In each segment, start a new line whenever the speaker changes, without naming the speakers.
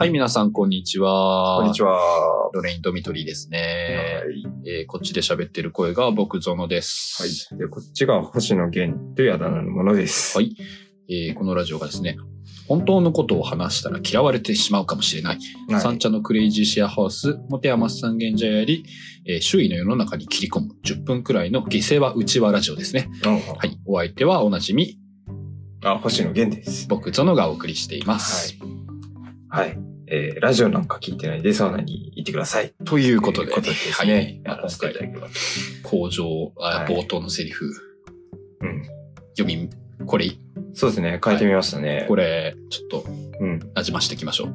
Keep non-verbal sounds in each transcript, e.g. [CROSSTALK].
はい、皆さん、こんにちは。
こんにち
は。
は。
ロレイン・ドミトリーですね。
はい
えーこっちで喋ってる声が僕、ゾノです。
はい。で、こっちが星野源というあだ名のものです。
はいえーこのラジオがですね、本当のことを話したら嫌われてしまうかもしれない。
はい。
三茶のクレイジーシェアハウス、モテヤマスさん現在より、えー周囲の世の中に切り込む10分くらいの下世話うちわラジオですね。
うん
はい。お相手はおなじみ、
あ、星野源です。
僕、ゾノがお送りしています。
はい。えー、ラジオなんか聞いてないでサウナに行ってください。
という
と
ことで、
です
は
ね
い。。ま
や
あ
ら
今
せていただ
回、
きます。
工場、あ
はい
冒頭のセリフ、
うん。
読み、これ、
そうですね。変えてみましたね。
これ、ちょっと、
うん。
なじましていきましょう。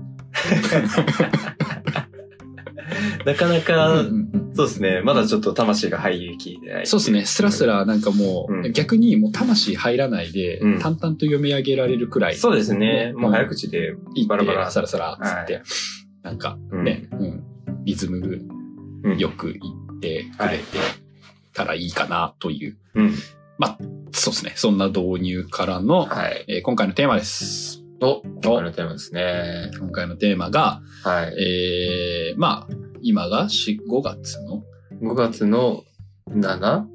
なかな
うんう
か、
んうん
そうですね。まだちょっと魂が入りきってない。
そうですね。スラスラなんかもう、
うん
逆にもう魂入らないで、
うん
淡々と読み上げられるくらい、
そうですね。
うん
もう早口で、
い
バラバラ
サラサラっつって、
は
なんか
うん
ね、うん、リズム
うん
よくいってくれてたらいいかなという、
うん。
そうですね。そんな導入からの、
はい。
えー今回のテーマです。
お、今回のテーマですね。
今回のテーマが、
はい。
えー、まあ、今が4 5月の
5月の 7?8?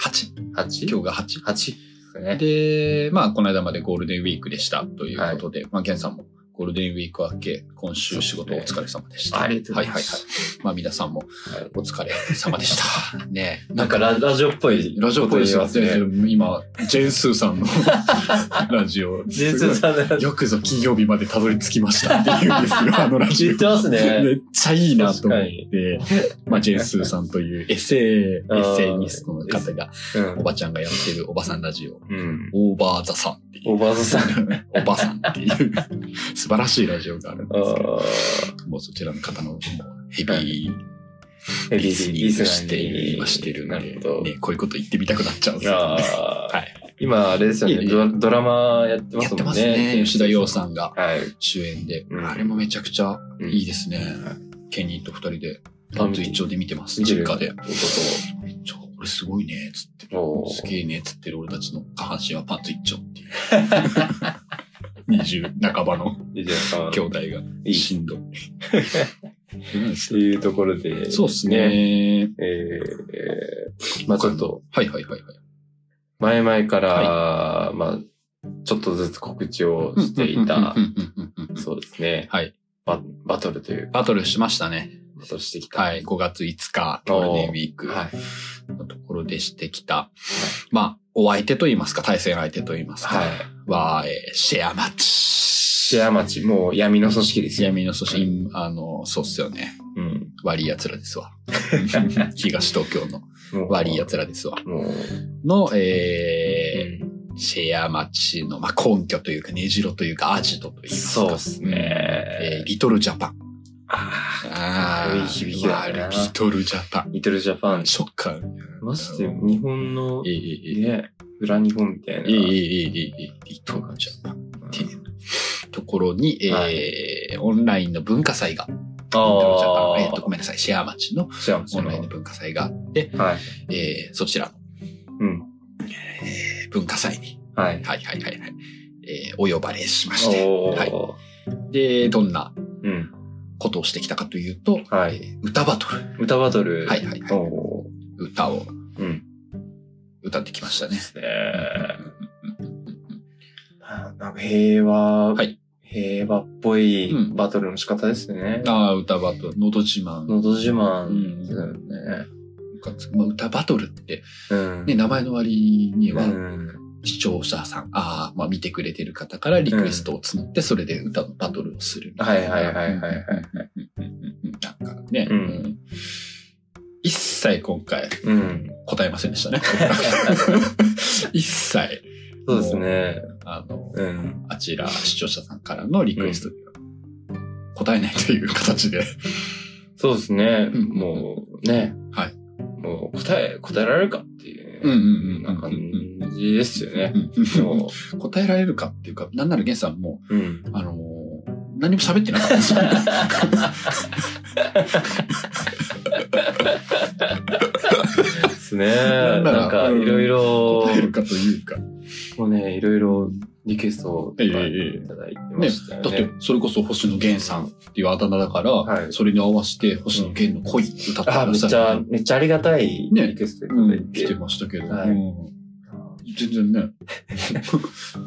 8、
今
今日が8。
8ですね。
で、まあ、この間までゴールデンウィークでしたということで、まあ、ゲンさんもゴールデンウィーク明け、今週仕事お疲れ様でした。
ありがとうございま
はいはい
す。
はい。まあ、皆さんも
はい
お疲れ様でした。ねえ
なんかララジオっぽい。
ラジオっぽいですよ
こと言います
ね。今、ジェンスーさんのラジオ。
ジェンスーさんのラ
すごい
ジオ
よくぞ金曜日までたどり着きましたっていうんです
[LAUGHS]
よ、あのラジオ。
言ってますね
めっちゃいいなと思って、まあ、ジェンスーさんというエッセイ、エ
あー
ッセイニストの方が、
うん
おばちゃんがやってるおばさんラジオ、
うん。
オーバーザさんっていう
おばあさん。
おばさんっていう、 [LAUGHS] 素晴らしいラジオがあるん
あ
ですけど、
ー
もうそちらの方のもうヘビー
リ
リスニングしていましてるん
な
で、
る
ね
ほど。、
こういうこと言ってみたくなっちゃうんですよ、ね。
あー
はい
今、あれですよ
いい
ね
ね
ドラ。ドラマやってま
やっ
す
て
も
ま
ん
すね。
ね。
吉田洋
ん。
さんが
はい。
主演で、
うん
あれもめちゃくちゃ
うん
いいですね。ケニーと二人で、パンツ一丁で見てます、
見てる
実家で。
弟
ちょ、俺すごいね、つって。
おー
すげえね、つってる俺たちの下半身はパンツ一丁って
[LAUGHS]
いう。20半ばの
吉田さん
兄弟が
いい
しんど
[LAUGHS]
い。なんです
というところで。
そうです。ね。
えーえー、まあちょっと、
はいはいはいはい。
前々から、まあ、ちょっとずつ告知をしていた
う、んうんうんうんうんうん
そうですね。
はい。
ババトルというか、
バトルしましたね。
バトルしてきた。
はい。5月5日、ゴールデンウィーク
はい。
のところでしてきた。まあ、お相手と言いますか、対戦相手と言いますか、
はい。
は、えーシェアマッチ。シ
シェア町、もう闇の組織ですよ。
闇の組織、あの、そうっすよね。
うん。
悪い奴らですわ。 [LAUGHS] 東東京の
もう
悪い奴らですわ。
もう、
の、え
うん
ーシェアマッチの、まあ、根拠というか、根城というか、アジトというか。
そうです
えー
ね。
リトルジャパン。
あ
あ
いい響きだな
あリトルジャパン。
ーリトルジャパン、
ショッカー。
マジで日本の
え、えええ
ね、裏日本みたいな。
ええええええリトルジャパンっていうところに、
は
えーオンラインの文化祭が、リ
あ
トルジャパ
あ
ン、えーと、ごめんなさい、シェア町の
シェア町
オ
の
ンラインの文化祭があって、
はい。
えーそちらの
うん。
文化祭に、
はい。
はいはいはいはい、えーお呼ばれしまして、
お
はい
ー。
で、どんな
うん。
ことをしてきたかというと、
は
え
い。
ー歌バトル。
歌バトル。
はいはいはい。
おー
歌を
うん。
歌ってきましたね
で。すね。なんか平和、
はい
平和っぽい
うん
バトルの仕方ですね。
ああ、歌バトル、のど自慢。
のど自
う
慢
ん
だよね。
まあ、歌バトルって、
うん。
ね、名前の割に
う
は、
ん。
視聴者さん、ああ、まあ見てくれてる方からリクエストを募って、それで歌のバトルをするみたいな。
はいはいはいはいはい
うんうんうんうんなんかね、
うん
うん一切今回 [LAUGHS]
うん。
答えませんでしたね。一切、
そうですね。
あの、
うん。
あちら視聴者さんからのリクエストには答えないという形で。
そうですね。
うん
もう、ね。
はい。
もう、答え、答えられるかっていう
んう
う、ね。
んうん
なんか感じです
[LAUGHS]
よね。
うん
も
答えられるかっていうか、なんならゲンさんも、
う、うん。
あのー何も喋ってな
[LAUGHS]
かったんですよ。
ですね。
なんなら
なんか、いろいろ
答、えるかというか。
もうね、いろいろリクエストをいただ
ええええ
いてましたよ
だって
ね。、
それこそ星野源さんっていうあだ名だから、
はい
それに合わせて星野源の恋歌ってく
あ、
だ
めっ
さい
ちゃ、めっちゃありがたい
ね
リクエストいた
う
だい
ん、来
て
て。ましたけど、
はい
うん全然
[LAUGHS]
ね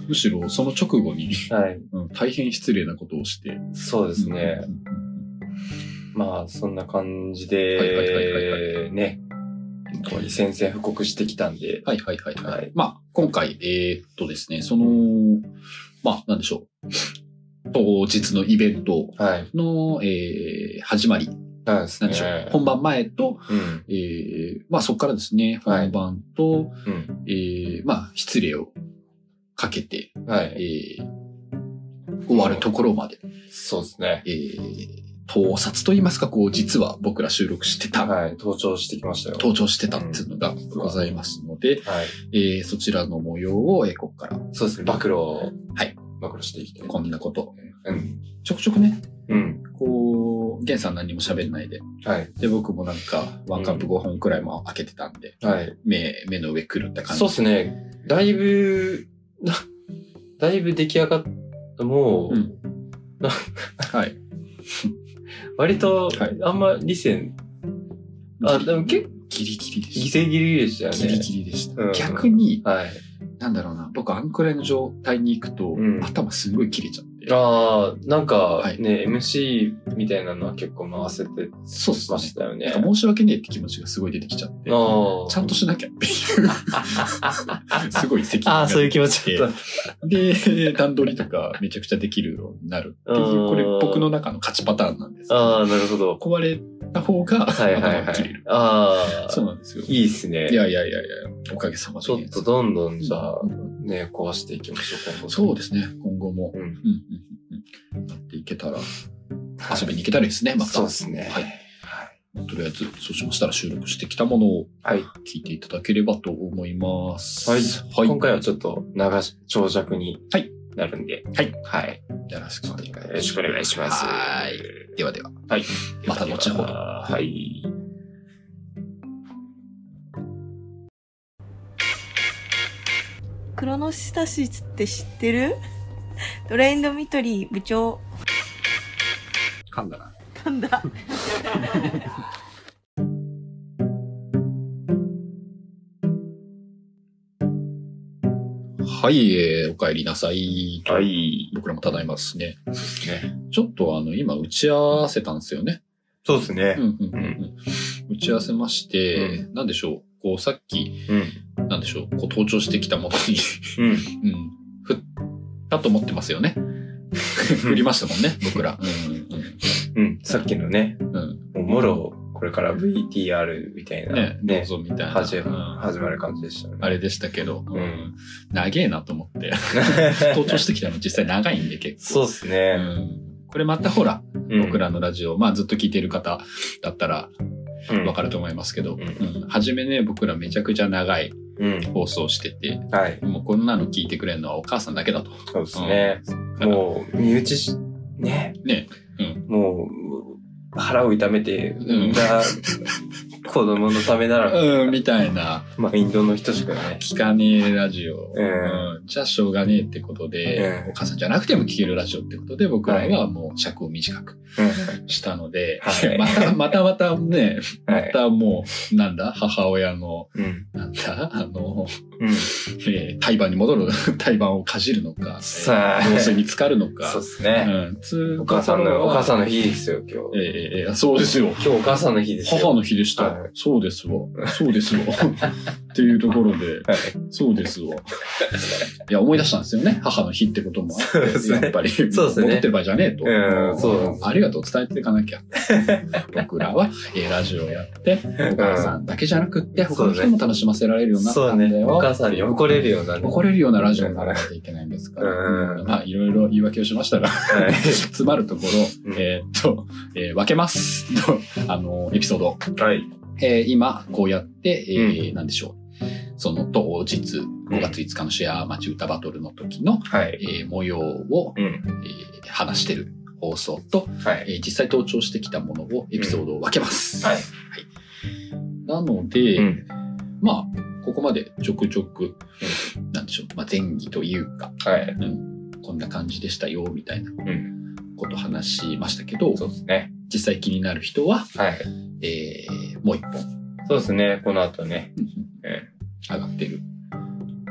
むしろその直後に、
はい。
うん大変失礼なことをして
そうですね。
うん
まあ、そんな感じ
はいはいはいはいは
で、ね。こう宣戦布告してきたんで。
はいはいはいはい、
はい
まあ今回えーっとですねその、
う
まあなんでしょう [LAUGHS] 当日のイベント
はい。
の、えー始まり
なんです
なん
ね
でしょう、。本番前と、
うん。
えーまあそこからですね
は
本
い
番と、
うん。
えーまあ失礼をかけて、
は
え
い。
ー終わるところまで
そうですね。
えー盗撮といいますか、こう、実は僕ら収録してた、
はい。登場してきましたよ。
登場してたっていうのがございますので、
はい。
えーそちらの模様を、えーここから、
そうですね。暴露を。
はい。
暴露していきたい。
こんなこと、
うん。
ちょくちょくね、
うん。
こう、ゲンさん何も喋んないで、
はい。
で、僕もなんか、ワンカップ5本くらいも開けてたんで、
はい。
目、目の上くるって感じ。
そうですね。だいぶ、だだいぶ出来上がった。もう、
うんはい。
割と
はい、
あんま理性、あ、でも結構
ギリギリで
ギ
した。
リギリでしたよね。
ギリギリでした。
うん
逆に、
はい。
なんだろうな、僕あんくらいの状態に行くと、
うん
頭すんごい切れちゃって。
ああ、なんか
はい
ね、MC みたいなのは結構回せて
そうっす
ま
ね
し。たよね。
なんか申し訳ねえって気持ちがすごい出てきちゃって。
あ
ちゃんとしなきゃっていう、
[LAUGHS]
すごい責任
あ、あ
が
あ、そういう気持ち
で
だっ
で、段取りとかめちゃくちゃできるようになるっていう
うん、
これ僕の中の勝ちパターンなんです
た。。ああ、なるほど。
壊れた方が
はい
頭
はい
が
は
切れる
い。。ああ、
そうなんですよ。い
いいっすね。
やいやいやいや、おかげさまで。
ちょっとどんどんじゃあ、ね、壊していきましょう、今後。
そうですね、今後も。
うん
うんうんうんうん。やっていけたら、遊びに行けたらいいですね、また。
そうですね。
はいとりあえず、そうしましたら収録してきたものを
はい。
聞いていただければと思います。
はい。
はい。
今回はちょっと長し、長尺に
はい
なるんで。
はい。
はい。
よろしくお願いします。
よろしくお願いします。
はい。ではでは。
はい。
また後ほど
はい。
クロノシタシスって知ってる [LAUGHS] トレンドミトリー部長
噛んだな。
パンダ
はい、えーお帰りなさい。
はい。
僕らもただいますね。
ね
ちょっとあの、今打ち合わせたんですよね。
そうですね
うん。うんうんうん打ち合わせまして、なんでしょう。こう、さっき、
うん。
なんでしょう。こう、登場してきたものに、 [LAUGHS]
うん。
うん、振ったと思ってますよ [LAUGHS] ね。振りましたもんね、僕ら。う
うん。さっきのね、
んうんうん。
もうもろ、これから VTR みたい
うん。
な、
ね、どう
ね、
ぞみたいな。
始
う
ま
ん
始まる感じでしたね。
あれでしたけど、うん
うん
長えなと思 [LAUGHS] って。
[LAUGHS]
登場してきたの実際長いんで結構。
そうですね。
うんこれまたほら、
うん
僕らのラジオ、まあずっと聞いてる方だったら
うん
わかると思いますけど、
ん
うん初めね、僕らめちゃくちゃ長い
うん。
放送してて、
はい。
もうこんなの聞いてくれるのはお母さんだけだと。
そうですね。もう、身内し、ね。
ね。
もう、腹を痛めて産んだ子供のためなら、
うん、みたいな、
マインドの人しかね。
聞かねえラジオ。
うん
うんじゃあしょうがねえってことで、
うん
お母さんじゃなくても聞けるラジオってことで、僕らはもう尺を短く
うん
したので、
はい
[LAUGHS] また、またまたね、
は
ま
い。
たもう、なんだ、母親の、
うん。
なんだ、あの、
うん。
えー、胎盤に戻る、 [LAUGHS] 胎盤をかじるのか、
さ
温
あ、そう
泉に浸かるのか。
っすね。
うん。つ
お母さんの、お母
ん。
さんの日ですよ、今
え
日。
えええそうですよ。
今日お母さんの日ですよ。
母の日でした。
はい
そうです
[LAUGHS]
わ。そうですわ。っていうところで、
はい
そうです
[LAUGHS]
わ。いや、思い出したんですよね。母の日ってこともあ
そうで
って、
すね
やっぱり、
そうですね
戻ってる場合じゃねえと。
うんそうなんで
ありがとう伝えていかな
[LAUGHS]
きゃ。僕らは、えーラジオやって、お母さんだけじゃなくって、他の人も楽しませられるようになっ
そ
た
うん
だよ。
ね。お母さんに怒れるようになる。
怒れるようなラジオにならなきゃいけないんですから、
うん
まあいろいろ言い訳をしました
[LAUGHS]
が、
はい。
詰まるところ、
うん
えーっと、えー分けますと、あの、エピソード。
はい。
えー今、こうやって、えーなんでしょう。その当日、5月5日のシェア待ち歌バトルの時の、
はい。
えー模様を、
うん。
えー話してる放送と、
はい。
えー実際登場してきたものをエピソードを分けます。
はい。
なので、
うん。
まあ、ここまでちょくちょく、なんでしょう、まあ、前儀というか、
はい。
こんな感じでしたよ、みたいな
うん。
こと話しましたけど、
そうですね。
実際気になる人は、
はい。
えー、もう一本
そうですね。この後ね。え
上がってる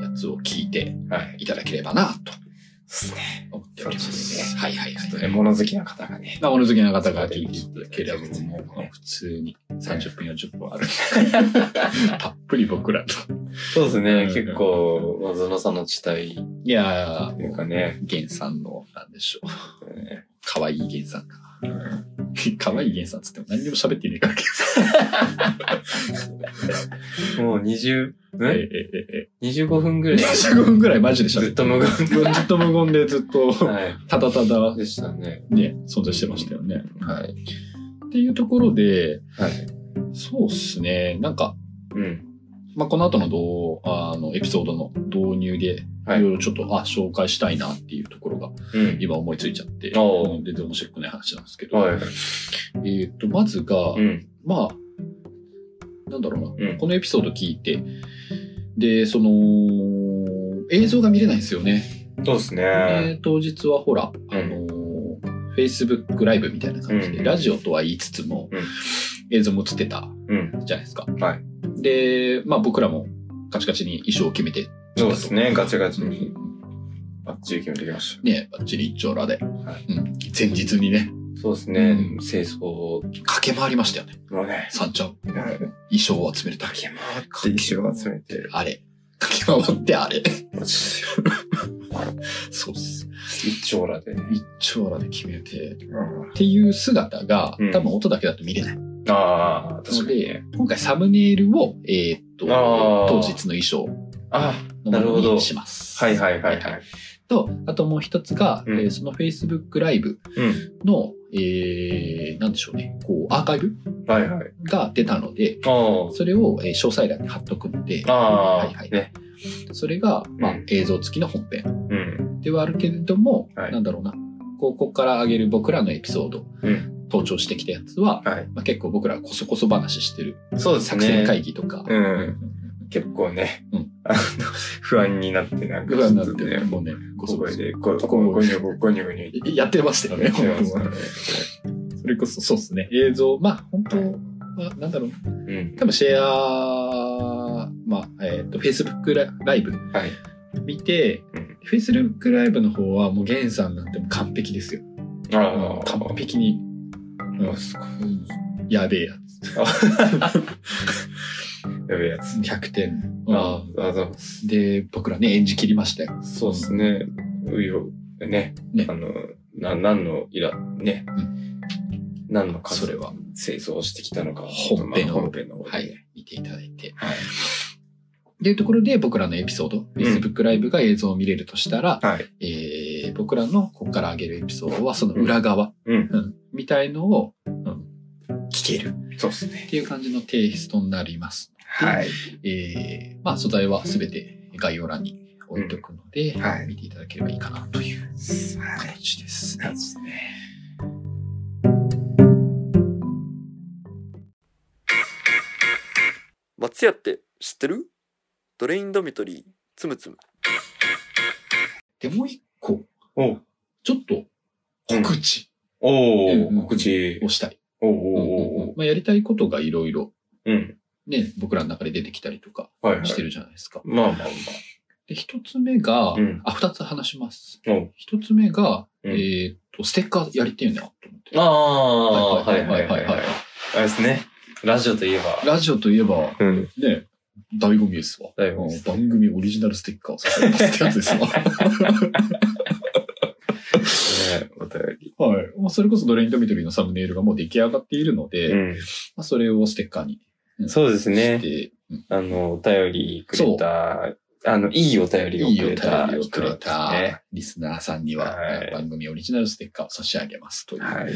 やつを聞いて
えはい。
いただければな、と
そうですね。
思っておりま
そうです
す。
ね
はいはいは
ちょっと
い。
ね、物好きな方がね。
まあ、おの好きな方が聞いていただければ、もう普通に30分、40分ある。たっぷり僕らと。
そうですね。
うん
結構、小園さんの地帯
いや
というかね。
ー、ゲンさんの、なんでしょう。
え
可愛いゲンさんか。可愛いゲンさんっつっても何にも喋ってねえから、ゲンさ
えもう20
ん。
分
えええええ
?25 分ぐ
え
らい。
25分ぐらいマジで
ず
喋
っ
って
と無言。
た。ずっと無言でずっと、
はい。
ただただ、
でしたね。
ね、存在してましたよね。
はい。
っていうところで、
はい。
そうっすね。なんか、
うん。
まあ、この後のどうあのエピソードの導入で、
はい
いろいろちょっと、あ、紹介したいなっていうところが
うん。
今思いついちゃって、
おう
うん全然面白くない話なんですけど、
はい。
えっ、と、まずが、
うん。
まあ、なんだろうな、
うん。
このエピソード聞いて、で、その、映像が見れないんですよね。
そうです
で
ね。
当日はほら、
うん
あのー、Facebook ライブみたいな感じで、
うん
ラジオとは言いつつも、
うん
映像も映ってた
うん。
じゃないですか。
はい
で、まあ僕らもカチカチに衣装を決めて、
そうですね。ガチガチ
う
に
ん、
バッチリ決めてきまし
ね、バッチリ一丁羅で、
は
うん前日にね、
た。そうです
う
ね
ん。
清掃
駆け回りましたよね、
のね。
さんちゃん。
はい
衣装を集めるために。
駆け回って衣装を集めてる。
あれ。駆け回ってあれ。
マジで
そうっす。
一丁羅でね。
一丁羅で決めて、っていう姿が、
うん
多分音だけだと見れない。
ああ、
なの
確かに
で
ね。、
今回サムネイルを、えーっと、
あー
当日の衣装
あ
の
なる
も
ほ
の
ど
にします。
あ、はいはいはいはい。
と、あともう一つが、
うん
えーその Facebook ライブ
うん。
の、えー、なんでしょうね、こう、アーカイブ
はいはい。
が出たので、
あー
それを、えー詳細欄に貼っとくので、
あ
はいは
ー、
い
ね。
それが、まあ
うん、
映像付きの本編
うん。
ではあるけれども、
はい
なんだろうな、こうここから上げる僕らのエピソード、
うん。
登場してきたやつは、
はい。
まあ、結構僕らこそこそ話してる
そうですね。
作戦会議とか、
うん。結構ね
うん、
あの、不安になって、なんか、
ぐらい
ち
に
ょ
な
っ
って
とね
ね、、もうね、ご
小
そご
声
そ。
で、ご、ご、ごにょご、ごにょごにょ言って
やってましたよね、
ま
本
す
当は
からね。
それこそ、そうですね。映像、まあ、本当は、なんだろう。
うん。
多分シェア、まあ、えっ、と、Facebook ラライブ
はい。
見て、
うん。
Facebook ライブの方はもう、ゲンさんなんてもう完璧ですよ。
ああ、
完璧に、
うん。すごい
やべえや
やべえや
つ。
つ。
100点。
ああ、ありがとうございます。
で、僕らね、演じ切りましたよ。
そうですね。うよ、ね。
ね
あの、な、何のイラ、ね。
う
何の数
それは、
清掃してきたのか。
本編の
まあ本編の方で
は
ね
い、見ていただいて。
はい。
っていうところで、僕らのエピソード、Facebook ライブが映像を見れるとしたら、
はい。
えー僕らのここから上げるエピソードはその裏側、
うん。
うんみたいのを、うん聞ける
そうですね。
っていう感じのテイストになります。
はい。
えーまあ素材はすべて概要欄に置いておくので、
んはい
見ていただければいいかなという
はい。
形です
そう
ね
で。すね。
松屋って知ってるドレインドミトリーつむつむ
で、もう一個、
おう
ちょっと告知
お
うん
ー告知
を。したい。
おうおうおうおう
まあ、やりたいことがいろいろ
うん。
ね、僕らの中で出てきたりとか
はいはい。
してるじゃないですか。
まあまあまあ。
で、一つ目が、
うん
あ、二つ話します。
おう
一つ目が、
うん
えーっと、ステッカーやりてえなと思って。
ああ、はいはい
は
はいい
は
はいい。あれですね。ラジオといえば。
ラジオといえば、
うん。
ね、醍醐味ですわ。
醍醐味です
番組オリジナルステッカーを差し上げますってやつですわ。
ねお便り。
はい。まあ、それこそドレインドミトリーのサムネイルがもう出来上がっているので、ま
う
あ、それをステッカーに
ん。そうですね
し。て、うん
あの、お便りくれたあの、いいお便りを
いい
く
お
れた
便りをくれ
人なんですね
たリスナーさんには、
はい
番組オリジナルステッカーを差し上げますという
はい。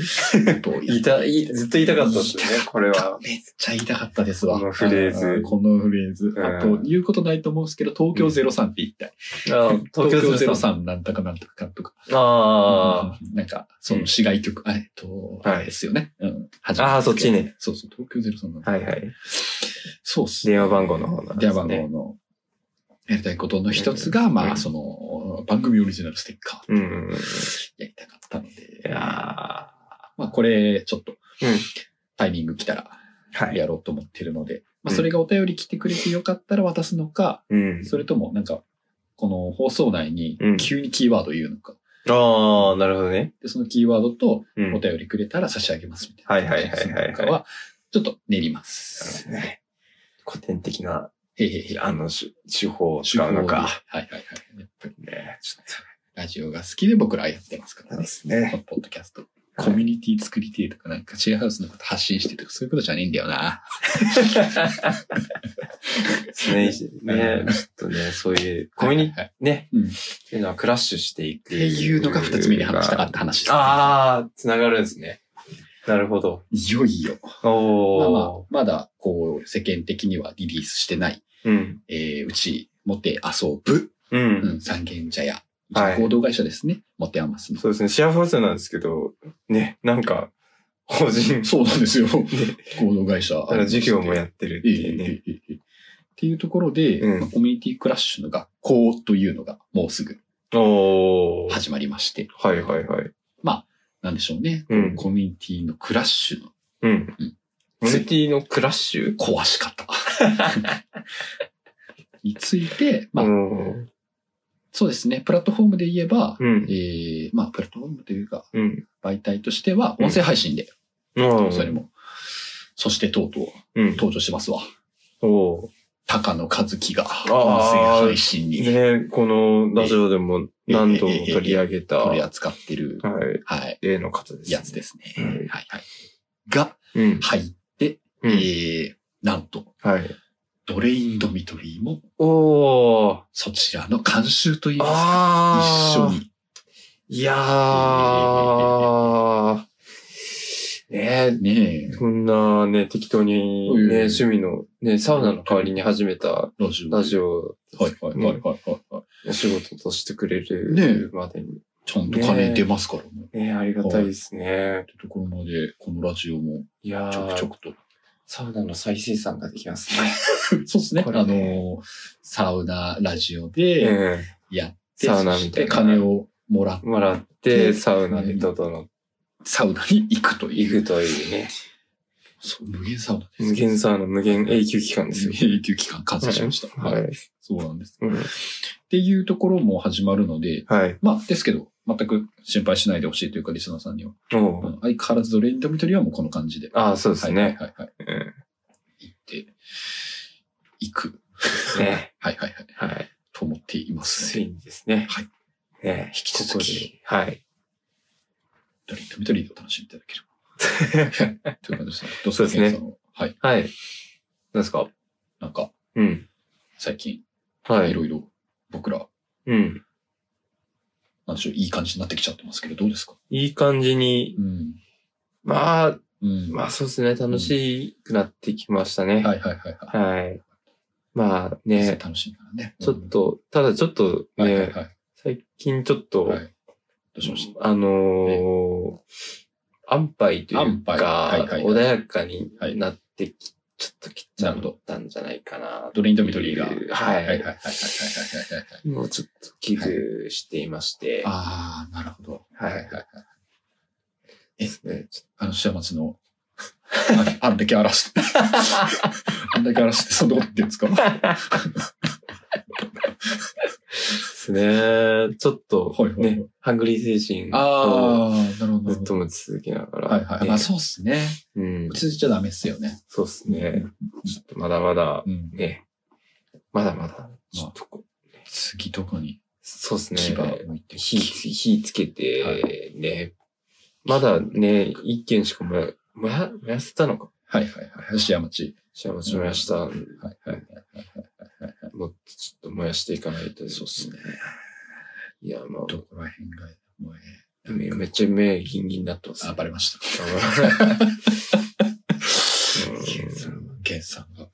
ことをやって
言いたい、ずっと言いたかったですね、これは。
めっちゃ言いたかったですわ。
このフレーズ
うんこのフレーズ。あ
う
と
ん、
言うことないと思うんですけど、東京03って一体。
あ
東京
さん。
03なんとかなんとかとか。
あ
うんなんか、その市外局、あえっと、
はい
あれですよね。うん。
あーそっちね。
そうそう、東京03なん
あ。
か
はいはい。
そうっすね。
電話番号の方なんで
電
す
話
ね。
番号の。やりたいことの一つが、ま
う
あ、
ん
その、番組オリジナルステッカー
うんうんうん。い
やりたかったので。
やー
まあ、これ、ちょっと
うん、
タイミング来たら
はい。
やろうと思ってるので、ま
う
あ、
ん
それがお便り来てくれてよかったら渡すのか、
うん。
それとも、なんか、この放送内に
うん
急にキーワード言うのか。
ああ、なるほどね。
で、そのキーワードと
うん
お便りくれたら差し上げますみたいな。
はいはいはいはいはい
とかは、ちょっと練ります。
古典的な、
へいへいへい。
あの、手手法を使うの
はい
か。
はいはい。やっぱり、
ねちょっ
ラジオが好きで僕らやってますか
と
ら
で
ね。
すね。
このポッドキャスト。コミュニティ作りてえとか、なんかシェアハウスのこと発信してとか、そういうことじゃねえんだよ [LAUGHS] な。
ですね。ねちょっとね、そういう、コミュニ
はいはいはい
ね、
うん
っていうのはクラッシュしていく。
っていうのが二つ目に話したかった話です。
ああ、つながるんですね。なるほど。
いよいよ。まあまあ
おー。、
まだ、こう、世間的にはリリースしてない、
うん。
えー、うち、モテ遊ぶう
う。
んん、三軒茶屋。
はい
合同会社ですね。持て余すの。
そうですね、シェアハウスなんですけど、ね、なんか、法人、
そうなん [LAUGHS] ですよ。合同会社。
あの授業もやってるって
ええ
いうね。
ええええっていうところで、
うん
まあコミュニティクラッシュの学校というのがもうすぐ
おー。
始まりまして、
はいはいはい。
なんでしょうね。
うん。
コミュニティのクラッシュの
うん
うん。
モニティのクラッシュ
壊し
[LAUGHS]
方について、まあ、
うん。
そうですね。プラットフォームで言えば、
うん
え。えまあ、プラットフォームというか、
うん。
媒体としては、音声配信で、
うん。
それも、そしてとうとう
うん。
登場しますわ。
おー
高野和樹が音
あー
声配信に
ねこのラジオでも何度も取り上げた、
取
は
り
い、
扱ってる、はい、
例の方です、ね。
やつですね。
うん
はいはい。が
うん。
入って、
うん
えー、なんと、
はい。
ドレインドミトリーも
おー。
そちらの監修といいますか、
あ
一
ー。
緒。に。
いやー。ね
ねえ
え、こんなね、適当に
うん
ね、趣味の、ね、サウナの代わりに始めた
ラジオ。
ラジオ、
はいはいはいはいはいはい。
お仕事としてくれ
ね
るまでに。
ちゃんと金出ますからね。っ
ねありがたいですね。
てところまで、このラジオも
いや
ちょくちょ
ー、
くと。 [LAUGHS]
サウナの再生産ができますね。
そうですね。
こ
あ
れ
の
ね
ー、サウナラジオで
ええ
や
[LAUGHS]
って、
サウナ
そ
み
した
い
て
な。
金をもらっ
もらって、サウナで整って
サウナに行くと
い
いう。
くというね。
そう、無限サウナです。
無限サウナ、無限永久期間ですよ。
永久期間完成しました。
は
はい。
い。
そうなんです。
うん
っていうところも始まるので、
はい。
まあ、ですけど、全く心配しないでほしいというか、リスナーさんには。
お
う
うん
相変わらずドレインドミトリはもうこの感じで。
ああ、そうですね。
はいはいはい。
うん
行って、行く。
ね。
はいはいはい。
はい。
と思っています
つ
ね。
いにですね。
はい。
ね
引き続き。
ここではい。
ドレインドミトリーを楽しんでいただければ。という感じですね。どう
そうですね
ケンさんははい。
[LAUGHS] はい。何ですか
なんか、
うん。
最近、
はいい。
ろいろ僕ら、
うん。
なんでしょう、いい感じになってきちゃってますけど、どうですか
いい感じに、
うん。
まあ、
うん。
まあそうですね。楽しくなってきましたね。
はいはいはいはい。
はい。まあ
ね
ね、
楽しいからね。
ちょっと、ただちょっと
うん、はいはい
ね、
はい。
最近ちょっと、
はい。どうしまし
あのー、安牌というか、
安牌はいはいはい
穏やかに
はい
なってき、ちょっときちゃったんじゃないかな
た。ドレインドミトリーが。
はい
はいはいはいはいはいはいはいはい。
もうちょっと寄付していまして、は
ああ、なるほど。
い。
はいはいはい。
ですね。ち
あの、週末の、ああんだけ荒らして、 [LAUGHS] あんだけ荒らして、そんなこと言ってんですかはい
ょっとですね。ちょっと、
はいはい
ね、ハングリー精神を
ああ、なるほど。
ずっと持ち続けながら、
はいはい。
ね
まあそうっすね。
うん
落、ち着いちゃダメっすよね。
そうですね。ちょっとまだまだ
う、ん。
ね、まだまだ、ちょっとこう、
次どこに
そうですね。
牙を向いて。
火つ、火つけて、
は
ね、まだね、一件しか燃や、燃や、燃やせたのか。
はいはいはい。芦屋町。
しやもち燃やした。
はいはいはいはい。
もっとちょっと燃やしていかないと。
そうっすね。
いや、ま
どこら辺が、もう
あ、めめっちゃ目ギンギンになってます。
あ、バレました。ケンさ
うん
んが、ケンさんが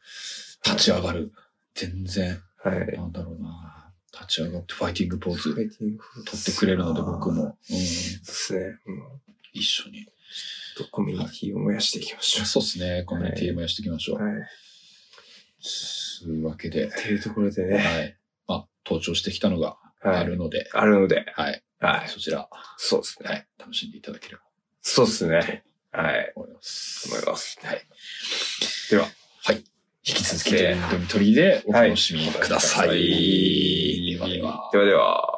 立ち上がる。全然、
はい。取
なんだろうな。立ち上がってファイティングポーズ取
っ
ってくれるので僕も、うん
そうですね。もう
一緒に。
ちょっとコミュニティを燃やしていきましょ
そうですね。コミュニティもやしていきましょ
う。
う。
はい。
つうわけで、
っていうところでね。
はい。まあ、登場してきたのが
はい
あるので、
あるので。
はい。
はい。
そちら、
そうです
は
ね。
い。楽しんでいただければ
そうですね。はい。
と思います。
思います。
はい。
では。
はい。引き続き、
で
ドミトリーでお楽しみください。
はい
ではでは。
ではでは。